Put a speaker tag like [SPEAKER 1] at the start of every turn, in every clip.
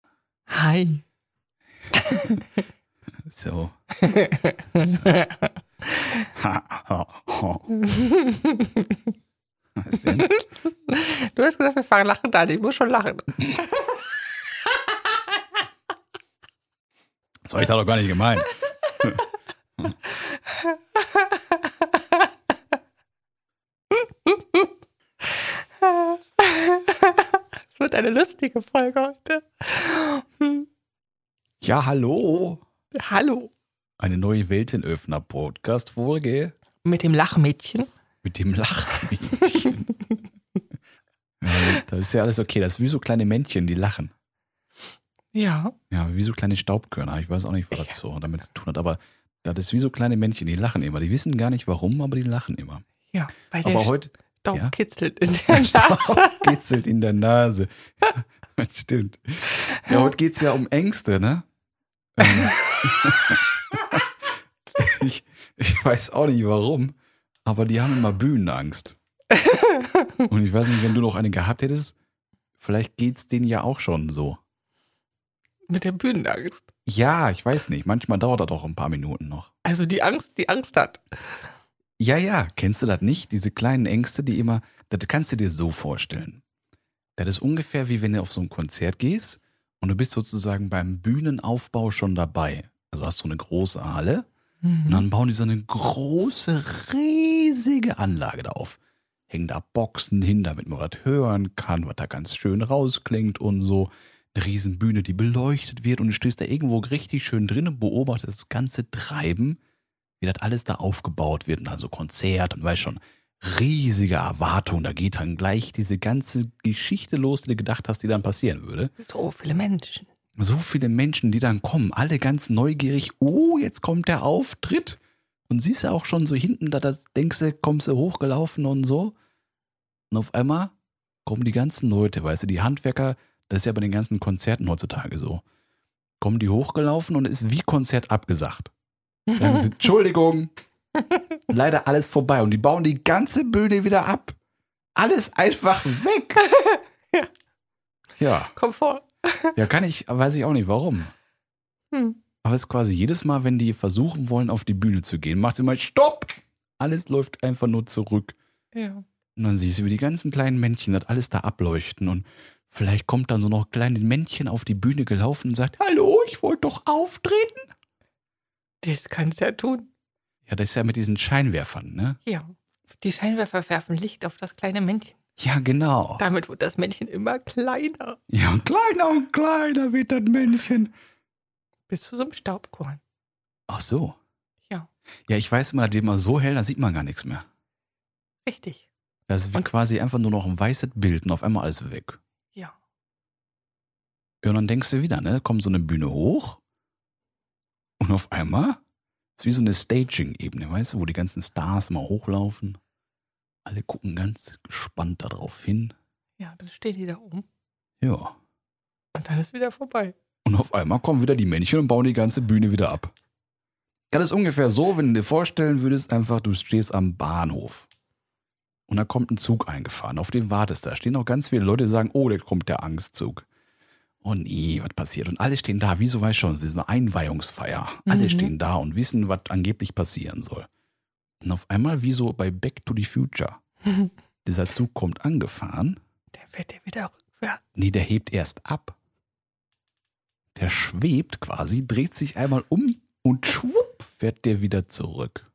[SPEAKER 1] Hi.
[SPEAKER 2] So. Ha, ha, ha. Was denn?
[SPEAKER 1] Du hast gesagt, wir fangen lachend an. Ich muss schon lachen.
[SPEAKER 2] Das habe ich da doch gar nicht gemeint.
[SPEAKER 1] Es wird eine lustige Folge heute.
[SPEAKER 2] Ja, hallo.
[SPEAKER 1] Hallo.
[SPEAKER 2] Eine neue Welt in Öffner Podcast-Folge
[SPEAKER 1] Mit dem Lachmädchen.
[SPEAKER 2] mit dem Lachmännchen. Ja, das ist ja alles okay. Das ist wie so kleine Männchen, die lachen.
[SPEAKER 1] Ja.
[SPEAKER 2] Ja, wie so kleine Staubkörner. Ich weiß auch nicht, was das so damit zu tun hat. Aber das ist wie so kleine Männchen, die lachen immer. Die wissen gar nicht warum, aber die lachen immer.
[SPEAKER 1] Ja. Weil der
[SPEAKER 2] Aber heute
[SPEAKER 1] Staub
[SPEAKER 2] ja.
[SPEAKER 1] kitzelt in der Nase.
[SPEAKER 2] kitzelt in der Nase. Ja, Stimmt. Ja, heute geht es ja um Ängste, ne? Ähm, ich, ich weiß auch nicht warum, aber die haben immer Bühnenangst. Und ich weiß nicht, wenn du noch eine gehabt hättest, vielleicht geht es denen ja auch schon so.
[SPEAKER 1] Mit der Bühnenangst.
[SPEAKER 2] Ja, ich weiß nicht. Manchmal dauert das auch ein paar Minuten noch.
[SPEAKER 1] Also die Angst, die Angst hat.
[SPEAKER 2] Ja, ja, kennst du das nicht? Diese kleinen Ängste, die immer, das kannst du dir so vorstellen. Das ist ungefähr wie wenn du auf so ein Konzert gehst und du bist sozusagen beim Bühnenaufbau schon dabei. Also hast du eine große Halle
[SPEAKER 1] Mhm.
[SPEAKER 2] und dann bauen die so eine große, riesige Anlage da auf. Hängen da Boxen hin, damit man was hören kann, was da ganz schön rausklingt und so. Eine riesen Bühne, die beleuchtet wird und du stehst da irgendwo richtig schön drin und beobachtest das ganze Treiben, wie das alles da aufgebaut wird. Und also Konzert und weißt schon, riesige Erwartung. Da geht dann gleich diese ganze Geschichte los, die du gedacht hast, die dann passieren würde
[SPEAKER 1] So viele Menschen.
[SPEAKER 2] so viele Menschen, die dann kommen, alle ganz neugierig, oh, jetzt kommt der Auftritt. Und siehst du auch schon so hinten, da das, denkst du, kommst du hochgelaufen und so. Und auf einmal kommen die ganzen Leute, weißt du, die Handwerker, das ist ja bei den ganzen Konzerten heutzutage so. Kommen die hochgelaufen und es ist wie Konzert abgesagt. Sagen sie, Entschuldigung, leider alles vorbei. Und die bauen die ganze Bühne wieder ab. Alles einfach weg. ja.
[SPEAKER 1] Komfort.
[SPEAKER 2] Ja, kann ich, weiß ich auch nicht warum.
[SPEAKER 1] Hm.
[SPEAKER 2] Aber es ist quasi jedes Mal, wenn die versuchen wollen, auf die Bühne zu gehen, macht sie mal Stopp! Alles läuft einfach nur zurück.
[SPEAKER 1] Ja.
[SPEAKER 2] Und dann siehst du, wie die ganzen kleinen Männchen das alles da ableuchten. Und vielleicht kommt dann so noch kleines Männchen auf die Bühne gelaufen und sagt: Hallo, ich wollte doch auftreten.
[SPEAKER 1] Das kannst du ja tun.
[SPEAKER 2] Ja, das ist ja mit diesen Scheinwerfern, ne?
[SPEAKER 1] Ja. Die Scheinwerfer werfen Licht auf das kleine Männchen.
[SPEAKER 2] Ja, genau.
[SPEAKER 1] Damit wird das Männchen immer kleiner.
[SPEAKER 2] Ja, und kleiner und kleiner wird das Männchen.
[SPEAKER 1] Bis zu so einem Staubkorn.
[SPEAKER 2] Ach so.
[SPEAKER 1] Ja.
[SPEAKER 2] Ja, ich weiß immer, das wird immer so hell, da sieht man gar nichts mehr.
[SPEAKER 1] Richtig.
[SPEAKER 2] Das ist wie
[SPEAKER 1] Und-
[SPEAKER 2] quasi einfach nur noch ein weißes Bild und auf einmal alles weg.
[SPEAKER 1] Ja.
[SPEAKER 2] Ja, und dann denkst du wieder, ne? Kommt so eine Bühne hoch und auf einmal ist wie so eine Staging-Ebene, weißt du, wo die ganzen Stars mal hochlaufen. Alle gucken ganz gespannt darauf hin.
[SPEAKER 1] Ja, dann stehen die da oben.
[SPEAKER 2] Ja.
[SPEAKER 1] Und dann ist wieder vorbei.
[SPEAKER 2] Und auf einmal kommen wieder die Männchen und bauen die ganze Bühne wieder ab. Ja, Das ist ungefähr so, wenn du dir vorstellen würdest, einfach, du stehst am Bahnhof. Und da kommt ein Zug eingefahren, auf den wartest du. Da stehen auch ganz viele Leute, die sagen, oh, da kommt der Angstzug. Oh nee, was passiert? Und alle stehen da, wieso weiß schon, das ist eine Einweihungsfeier. Alle
[SPEAKER 1] Mhm.
[SPEAKER 2] stehen da und wissen, was angeblich passieren soll. Und auf einmal, wie so bei Back to the Future. Dieser Zug kommt angefahren
[SPEAKER 1] Der fährt ja wieder rückwärts.
[SPEAKER 2] Nee, der hebt erst ab. Der schwebt quasi, dreht sich einmal um und schwupp fährt der wieder zurück.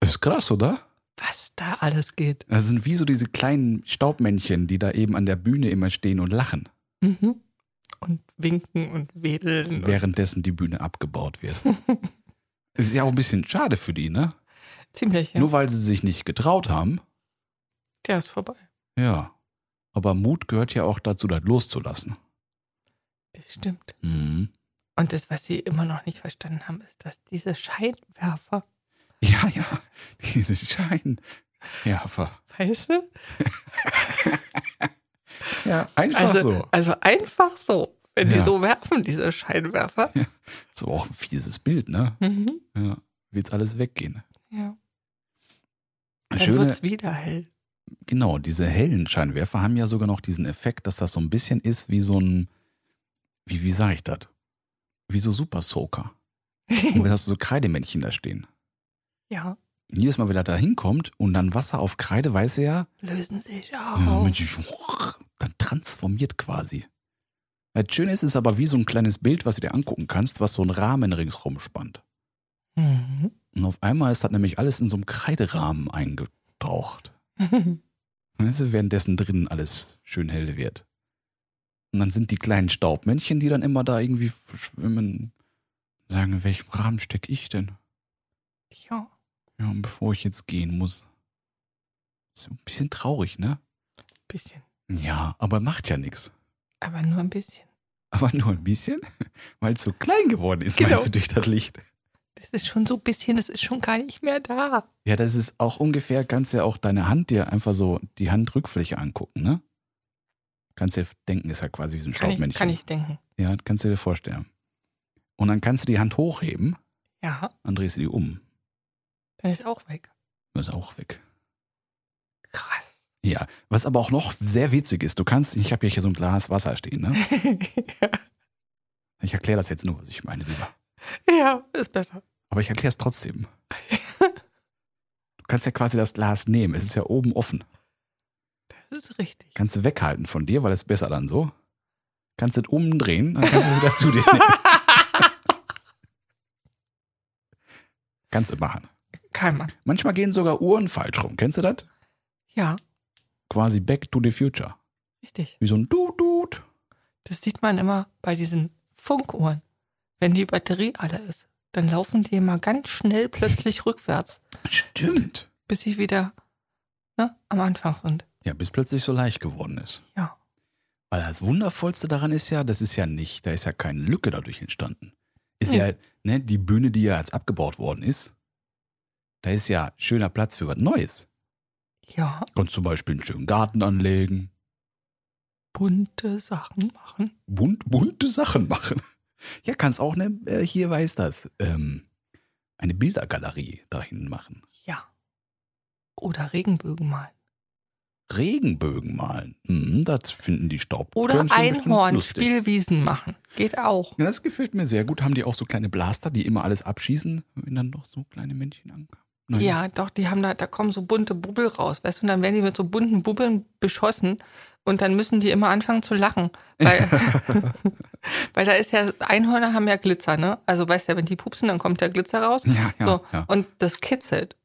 [SPEAKER 2] Ist krass, oder?
[SPEAKER 1] Was da alles geht.
[SPEAKER 2] Das sind wie so diese kleinen Staubmännchen, die da eben an der Bühne immer stehen und lachen,
[SPEAKER 1] Mhm. Und winken und wedeln. Und
[SPEAKER 2] währenddessen die Bühne abgebaut wird. Es ist ja auch ein bisschen schade für die, ne?
[SPEAKER 1] ziemlich, ja.
[SPEAKER 2] Nur weil sie sich nicht getraut haben.
[SPEAKER 1] Der ist vorbei.
[SPEAKER 2] Ja. Aber Mut gehört ja auch dazu, das loszulassen.
[SPEAKER 1] Das stimmt.
[SPEAKER 2] Mhm.
[SPEAKER 1] Und das, was sie immer noch nicht verstanden haben, ist, dass diese Scheinwerfer,
[SPEAKER 2] Ja, ja. Diese Scheinwerfer.
[SPEAKER 1] weißt du?
[SPEAKER 2] Ja, einfach
[SPEAKER 1] Also,
[SPEAKER 2] so.
[SPEAKER 1] also einfach so. Wenn die
[SPEAKER 2] Ja.
[SPEAKER 1] so werfen, diese Scheinwerfer.
[SPEAKER 2] So auch ein fieses Bild, ne?
[SPEAKER 1] Mhm.
[SPEAKER 2] Ja. Wird's alles weggehen.
[SPEAKER 1] Ja.
[SPEAKER 2] Eine
[SPEAKER 1] Dann wird
[SPEAKER 2] Schöne,
[SPEAKER 1] es wieder hell.
[SPEAKER 2] genau, diese hellen Scheinwerfer haben ja sogar noch diesen Effekt, dass das so ein bisschen ist wie so ein, wie, wie sage ich das? Wie so Super Soaker. Und dann hast du so Kreidemännchen da stehen.
[SPEAKER 1] ja,
[SPEAKER 2] Und jedes Mal, wenn er da hinkommt und dann Wasser auf Kreide, weiß er ja,
[SPEAKER 1] lösen sich
[SPEAKER 2] ja,
[SPEAKER 1] auf.
[SPEAKER 2] Mensch, dann transformiert quasi. Das Schöne ist, es ist aber wie so ein kleines Bild, was du dir angucken kannst, was so einen Rahmen ringsrum spannt.
[SPEAKER 1] Mhm.
[SPEAKER 2] Und auf einmal ist das nämlich alles in so einem Kreiderahmen eingetaucht. Weißt du, währenddessen drinnen alles schön hell wird. Und dann sind die kleinen Staubmännchen, die dann immer da irgendwie schwimmen, sagen, in welchem Rahmen stecke ich denn?
[SPEAKER 1] ja.
[SPEAKER 2] Ja, und bevor ich jetzt gehen muss. Ist ein bisschen traurig, ne?
[SPEAKER 1] bisschen.
[SPEAKER 2] Ja, aber macht ja nichts.
[SPEAKER 1] Aber nur ein bisschen.
[SPEAKER 2] Aber nur ein bisschen, weil es so klein geworden ist,
[SPEAKER 1] Genau.
[SPEAKER 2] meinst du, durch das Licht.
[SPEAKER 1] Das ist schon so ein bisschen, das ist schon gar nicht mehr da.
[SPEAKER 2] Ja, das ist auch ungefähr, kannst ja auch deine Hand dir einfach so die Handrückfläche angucken, ne? Kannst dir denken, ist ja quasi wie so ein
[SPEAKER 1] Kann ich,
[SPEAKER 2] Staubmännchen.
[SPEAKER 1] kann ich denken.
[SPEAKER 2] Ja, kannst du dir vorstellen. Und dann kannst du die Hand hochheben,
[SPEAKER 1] Ja,
[SPEAKER 2] dann drehst du die um.
[SPEAKER 1] dann ist auch weg.
[SPEAKER 2] Das ist auch weg.
[SPEAKER 1] Krass.
[SPEAKER 2] Ja, was aber auch noch sehr witzig ist, du kannst, ich habe hier so ein Glas Wasser stehen, ne? Ich erkläre das jetzt nur, was ich meine, lieber.
[SPEAKER 1] ja, ist besser.
[SPEAKER 2] Aber ich erkläre es trotzdem. Du kannst ja quasi das Glas nehmen. Es ist ja oben offen.
[SPEAKER 1] Das ist richtig.
[SPEAKER 2] Kannst du weghalten von dir, weil es besser dann so. Kannst es umdrehen, dann kannst du es wieder zu dir nehmen. Kannst du machen.
[SPEAKER 1] Kein Mann.
[SPEAKER 2] Manchmal gehen sogar Uhren falsch rum. Kennst du das?
[SPEAKER 1] Ja,
[SPEAKER 2] Quasi back to the future.
[SPEAKER 1] richtig.
[SPEAKER 2] Wie so ein Dut-Dut.
[SPEAKER 1] Das sieht man immer bei diesen Funkuhren. Wenn die Batterie alle ist, dann laufen die immer ganz schnell plötzlich rückwärts,
[SPEAKER 2] Stimmt.
[SPEAKER 1] bis sie wieder ne, am Anfang sind.
[SPEAKER 2] Ja, bis plötzlich so leicht geworden ist.
[SPEAKER 1] Ja.
[SPEAKER 2] Weil das Wundervollste daran ist ja, das ist ja nicht, da ist ja keine Lücke dadurch entstanden. Ist
[SPEAKER 1] Nee.
[SPEAKER 2] ja, ne, die Bühne, die ja jetzt abgebaut worden ist, da ist ja schöner Platz für was Neues.
[SPEAKER 1] Ja,
[SPEAKER 2] Kannst zum Beispiel einen schönen Garten anlegen,
[SPEAKER 1] bunte Sachen machen.
[SPEAKER 2] bunt, bunte Sachen machen. Ja, kannst auch eine, äh, hier weiß das, ähm, eine Bildergalerie dahin machen.
[SPEAKER 1] Ja. Oder Regenbögen malen.
[SPEAKER 2] Regenbögen malen. Mhm, das finden die Staub.
[SPEAKER 1] Oder Einhorn,
[SPEAKER 2] lustig.
[SPEAKER 1] Spielwiesen machen. Geht auch.
[SPEAKER 2] Ja, das gefällt mir sehr gut. Haben die auch so kleine Blaster, die immer alles abschießen, wenn dann noch so kleine Männchen ankamen? Nein.
[SPEAKER 1] Ja, doch, die haben da, da kommen so bunte Bubbel raus, weißt du, und dann werden die mit so bunten Bubbeln beschossen und dann müssen die immer anfangen zu lachen. Weil, weil da ist ja, Einhörner haben ja Glitzer, ne? Also weißt du ja, wenn die pupsen, dann kommt der Glitzer raus.
[SPEAKER 2] Ja, ja,
[SPEAKER 1] so,
[SPEAKER 2] ja.
[SPEAKER 1] und das kitzelt.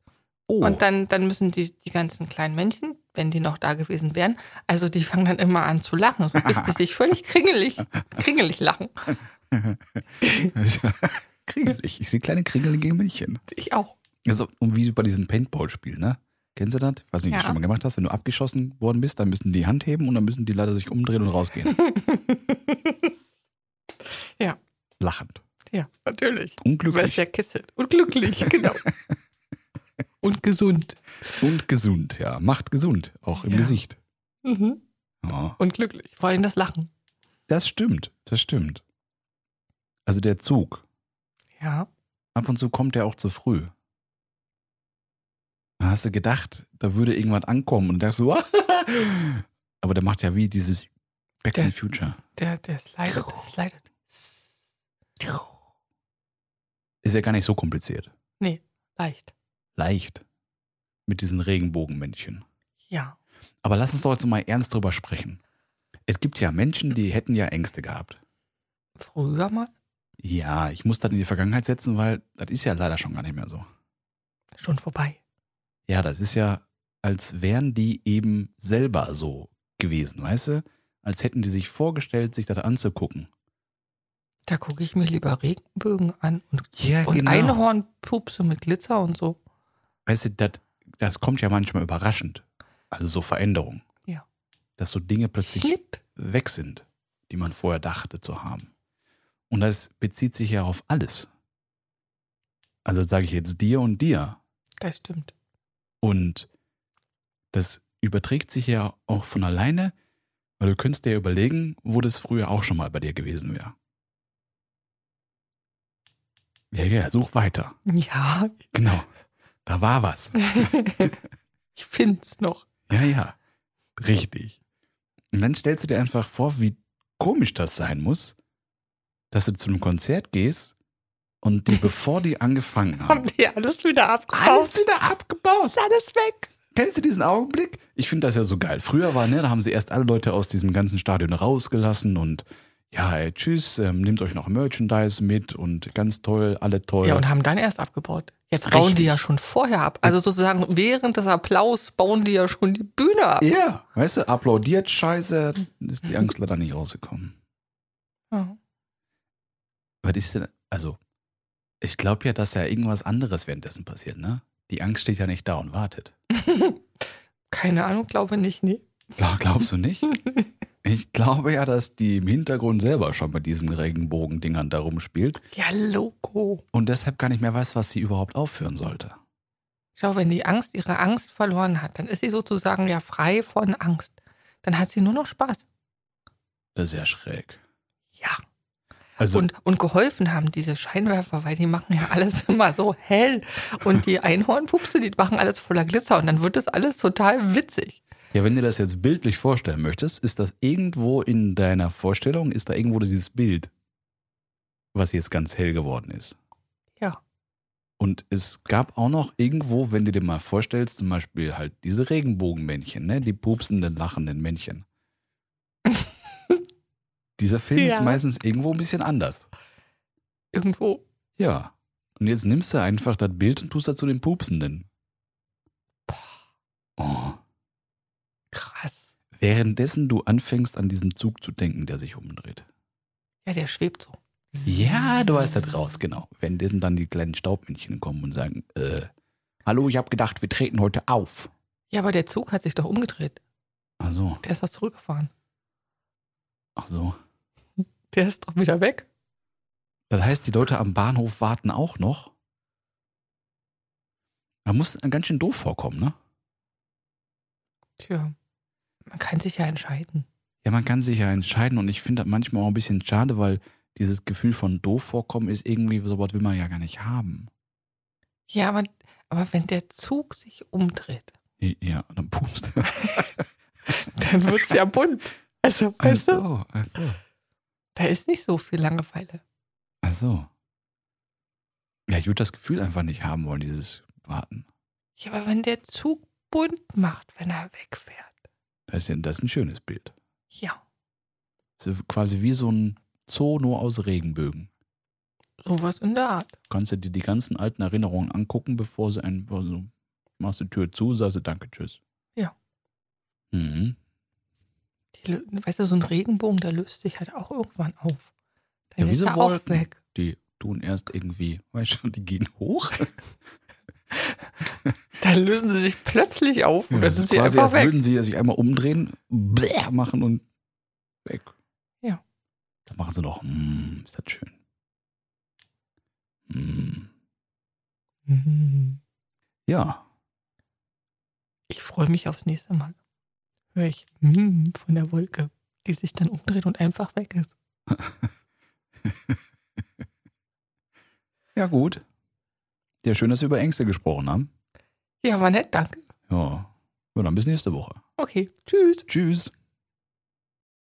[SPEAKER 2] Oh,
[SPEAKER 1] Und dann, dann müssen die, die ganzen kleinen Männchen, wenn die noch da gewesen wären, also die fangen dann immer an zu lachen, so bis die sich völlig kringelig, kringelig lachen.
[SPEAKER 2] kringelig. Ich sehe kleine kringelige Männchen.
[SPEAKER 1] Ich auch.
[SPEAKER 2] Also, und wie bei diesem Paintball-Spiel, ne? Kennst du das? Weiß nicht, ob du
[SPEAKER 1] Ja.
[SPEAKER 2] schon mal gemacht hast. Wenn du abgeschossen worden bist, dann müssen die die Hand heben und dann müssen die leider sich umdrehen und rausgehen.
[SPEAKER 1] Ja.
[SPEAKER 2] Lachend.
[SPEAKER 1] Ja, natürlich. Weil es
[SPEAKER 2] Unglücklich
[SPEAKER 1] ja kitzelt. Und glücklich, genau. und gesund.
[SPEAKER 2] und gesund, ja. Macht gesund, auch im
[SPEAKER 1] Ja.
[SPEAKER 2] Gesicht.
[SPEAKER 1] Mhm.
[SPEAKER 2] Ja.
[SPEAKER 1] Und glücklich. Vor allem das Lachen.
[SPEAKER 2] Das stimmt, das stimmt. Also der Zug,
[SPEAKER 1] Ja.
[SPEAKER 2] Ab und zu kommt er auch zu früh. Da hast du gedacht, da würde irgendwas ankommen und dachtest so, aber der macht ja wie dieses Back to the
[SPEAKER 1] Der-
[SPEAKER 2] Future.
[SPEAKER 1] Der, der slidet, der slidet.
[SPEAKER 2] Ist ja gar nicht so kompliziert.
[SPEAKER 1] Leicht.
[SPEAKER 2] Leicht. Mit diesen Regenbogenmännchen.
[SPEAKER 1] Ja.
[SPEAKER 2] Aber lass uns doch jetzt mal ernst drüber sprechen. Es gibt ja Menschen, die hätten ja Ängste gehabt.
[SPEAKER 1] Früher mal
[SPEAKER 2] Ja, ich muss das in die Vergangenheit setzen, weil das ist ja leider schon gar nicht mehr so.
[SPEAKER 1] schon vorbei.
[SPEAKER 2] Ja, das ist ja, als wären die eben selber so gewesen, weißt du? Als hätten die sich vorgestellt, sich das anzugucken.
[SPEAKER 1] Da gucke ich mir lieber Regenbögen an und,
[SPEAKER 2] Ja,
[SPEAKER 1] und Einhornpupse mit Glitzer und so.
[SPEAKER 2] Weißt du, das, das kommt ja manchmal überraschend. Also so Veränderungen.
[SPEAKER 1] Ja.
[SPEAKER 2] Dass so Dinge plötzlich
[SPEAKER 1] Schnipp.
[SPEAKER 2] weg sind, die man vorher dachte zu haben. Und das bezieht sich ja auf alles. Also sage ich jetzt dir und dir.
[SPEAKER 1] Das stimmt.
[SPEAKER 2] Und das überträgt sich ja auch von alleine, weil du könntest dir ja überlegen, wo das früher auch schon mal bei dir gewesen wäre. Ja, ja, such weiter.
[SPEAKER 1] Ja,
[SPEAKER 2] Genau. Da war was.
[SPEAKER 1] ich find's noch.
[SPEAKER 2] Ja, ja. Richtig. Und dann stellst du dir einfach vor, wie komisch das sein muss, dass du zu einem Konzert gehst und die, bevor die angefangen haben,
[SPEAKER 1] Haben die alles wieder
[SPEAKER 2] alles
[SPEAKER 1] abgekauft?
[SPEAKER 2] wieder abgebaut.
[SPEAKER 1] Ist alles weg.
[SPEAKER 2] Kennst du diesen Augenblick? Ich finde das ja so geil. Früher war, ne, da haben sie erst alle Leute aus diesem ganzen Stadion rausgelassen und ja, ey, tschüss, ähm, nehmt euch noch Merchandise mit und ganz toll, alle toll.
[SPEAKER 1] Ja, und haben dann erst abgebaut. Jetzt bauen die
[SPEAKER 2] Richtig.
[SPEAKER 1] ja schon vorher ab. Also sozusagen während des Applaus bauen die ja schon die Bühne ab.
[SPEAKER 2] Ja, weißt du, applaudiert, scheiße, ist die Angst leider nicht rausgekommen.
[SPEAKER 1] Ja.
[SPEAKER 2] Was ist denn, also, ich glaube ja, dass ja irgendwas anderes währenddessen passiert, ne? Die Angst steht ja nicht da und wartet.
[SPEAKER 1] Keine Ahnung, glaube nicht, nee.
[SPEAKER 2] Glaub, glaubst du nicht? Ich glaube ja, dass die im Hintergrund selber schon bei diesen Regenbogendingern da rumspielt
[SPEAKER 1] Ja, Loco.
[SPEAKER 2] und deshalb gar nicht mehr weiß, was sie überhaupt aufführen sollte.
[SPEAKER 1] Schau, wenn die Angst ihre Angst verloren hat, dann ist sie sozusagen ja frei von Angst. Dann hat sie nur noch Spaß.
[SPEAKER 2] Das ist ja schräg.
[SPEAKER 1] Ja.
[SPEAKER 2] Also,
[SPEAKER 1] Und, und geholfen haben diese Scheinwerfer, weil die machen ja alles immer so hell. Und die Einhornpupse, die machen alles voller Glitzer. Und dann wird das alles total witzig.
[SPEAKER 2] ja, wenn du das jetzt bildlich vorstellen möchtest, ist das irgendwo in deiner Vorstellung, ist da irgendwo dieses Bild, was jetzt ganz hell geworden ist.
[SPEAKER 1] Ja.
[SPEAKER 2] Und es gab auch noch irgendwo, wenn du dir mal vorstellst, zum Beispiel halt diese Regenbogenmännchen, ne? die pupsenden, lachenden Männchen. Dieser Film ist
[SPEAKER 1] Ja.
[SPEAKER 2] meistens irgendwo ein bisschen anders.
[SPEAKER 1] Irgendwo.
[SPEAKER 2] Ja. Und jetzt nimmst du einfach das Bild und tust das zu den Pupsenden. Oh.
[SPEAKER 1] Krass.
[SPEAKER 2] Währenddessen du anfängst, an diesen Zug zu denken, der sich umdreht.
[SPEAKER 1] Ja, der schwebt so.
[SPEAKER 2] Ja, du hast das raus, genau. Währenddessen dann die kleinen Staubmännchen kommen und sagen, äh, hallo, ich hab gedacht, wir treten heute auf.
[SPEAKER 1] Ja, aber der Zug hat sich doch umgedreht.
[SPEAKER 2] Ach so,
[SPEAKER 1] Der ist doch zurückgefahren.
[SPEAKER 2] ach so.
[SPEAKER 1] Der ist doch wieder weg.
[SPEAKER 2] Das heißt, die Leute am Bahnhof warten auch noch. Man muss ganz schön doof vorkommen, ne?
[SPEAKER 1] Tja. Man kann sich ja entscheiden.
[SPEAKER 2] Ja, man kann sich ja entscheiden und ich finde das manchmal auch ein bisschen schade, weil dieses Gefühl von doof vorkommen ist irgendwie, so was will man ja gar nicht haben.
[SPEAKER 1] Ja, aber, aber wenn der Zug sich umdreht,
[SPEAKER 2] Ja, und dann pumst.
[SPEAKER 1] dann wird es ja bunt. Also,
[SPEAKER 2] Ach
[SPEAKER 1] weißt du,
[SPEAKER 2] so, ach so.
[SPEAKER 1] da ist nicht so viel Langeweile.
[SPEAKER 2] Ach so. Ja, ich würde das Gefühl einfach nicht haben wollen, dieses Warten.
[SPEAKER 1] Ja, aber wenn der Zug bunt macht, wenn er wegfährt.
[SPEAKER 2] Das ist, ja- das ist ein schönes Bild.
[SPEAKER 1] Ja,
[SPEAKER 2] Das ist quasi wie so ein Zoo nur aus Regenbögen.
[SPEAKER 1] sowas in der Art.
[SPEAKER 2] kannst du dir die ganzen alten Erinnerungen angucken, bevor sie ein, also machst die Tür zu, sagst du Danke, tschüss.
[SPEAKER 1] Ja.
[SPEAKER 2] Mhm.
[SPEAKER 1] Die, lö- weißt du, so ein Regenbogen, der löst sich halt auch irgendwann auf. Dann
[SPEAKER 2] Ja, wie
[SPEAKER 1] ist
[SPEAKER 2] so
[SPEAKER 1] er auch
[SPEAKER 2] Wolken.
[SPEAKER 1] weg.
[SPEAKER 2] Die tun erst irgendwie, weißt du, die gehen hoch.
[SPEAKER 1] Dann lösen sie sich plötzlich auf und dann
[SPEAKER 2] das
[SPEAKER 1] sind
[SPEAKER 2] ist
[SPEAKER 1] sie
[SPEAKER 2] quasi,
[SPEAKER 1] einfach
[SPEAKER 2] als
[SPEAKER 1] weg.
[SPEAKER 2] würden sie sich einmal umdrehen, bläh, machen und weg.
[SPEAKER 1] Ja.
[SPEAKER 2] Da machen sie noch, mm, ist das schön. Mm.
[SPEAKER 1] Mhm.
[SPEAKER 2] Ja,
[SPEAKER 1] Ich freue mich aufs nächste Mal. Hör ich mhm, von der Wolke, die sich dann umdreht und einfach weg ist.
[SPEAKER 2] ja gut. Ja, schön, dass wir über Ängste gesprochen haben.
[SPEAKER 1] Ja, war nett, danke.
[SPEAKER 2] Ja, ja dann bis nächste Woche.
[SPEAKER 1] Okay, tschüss.
[SPEAKER 2] Tschüss.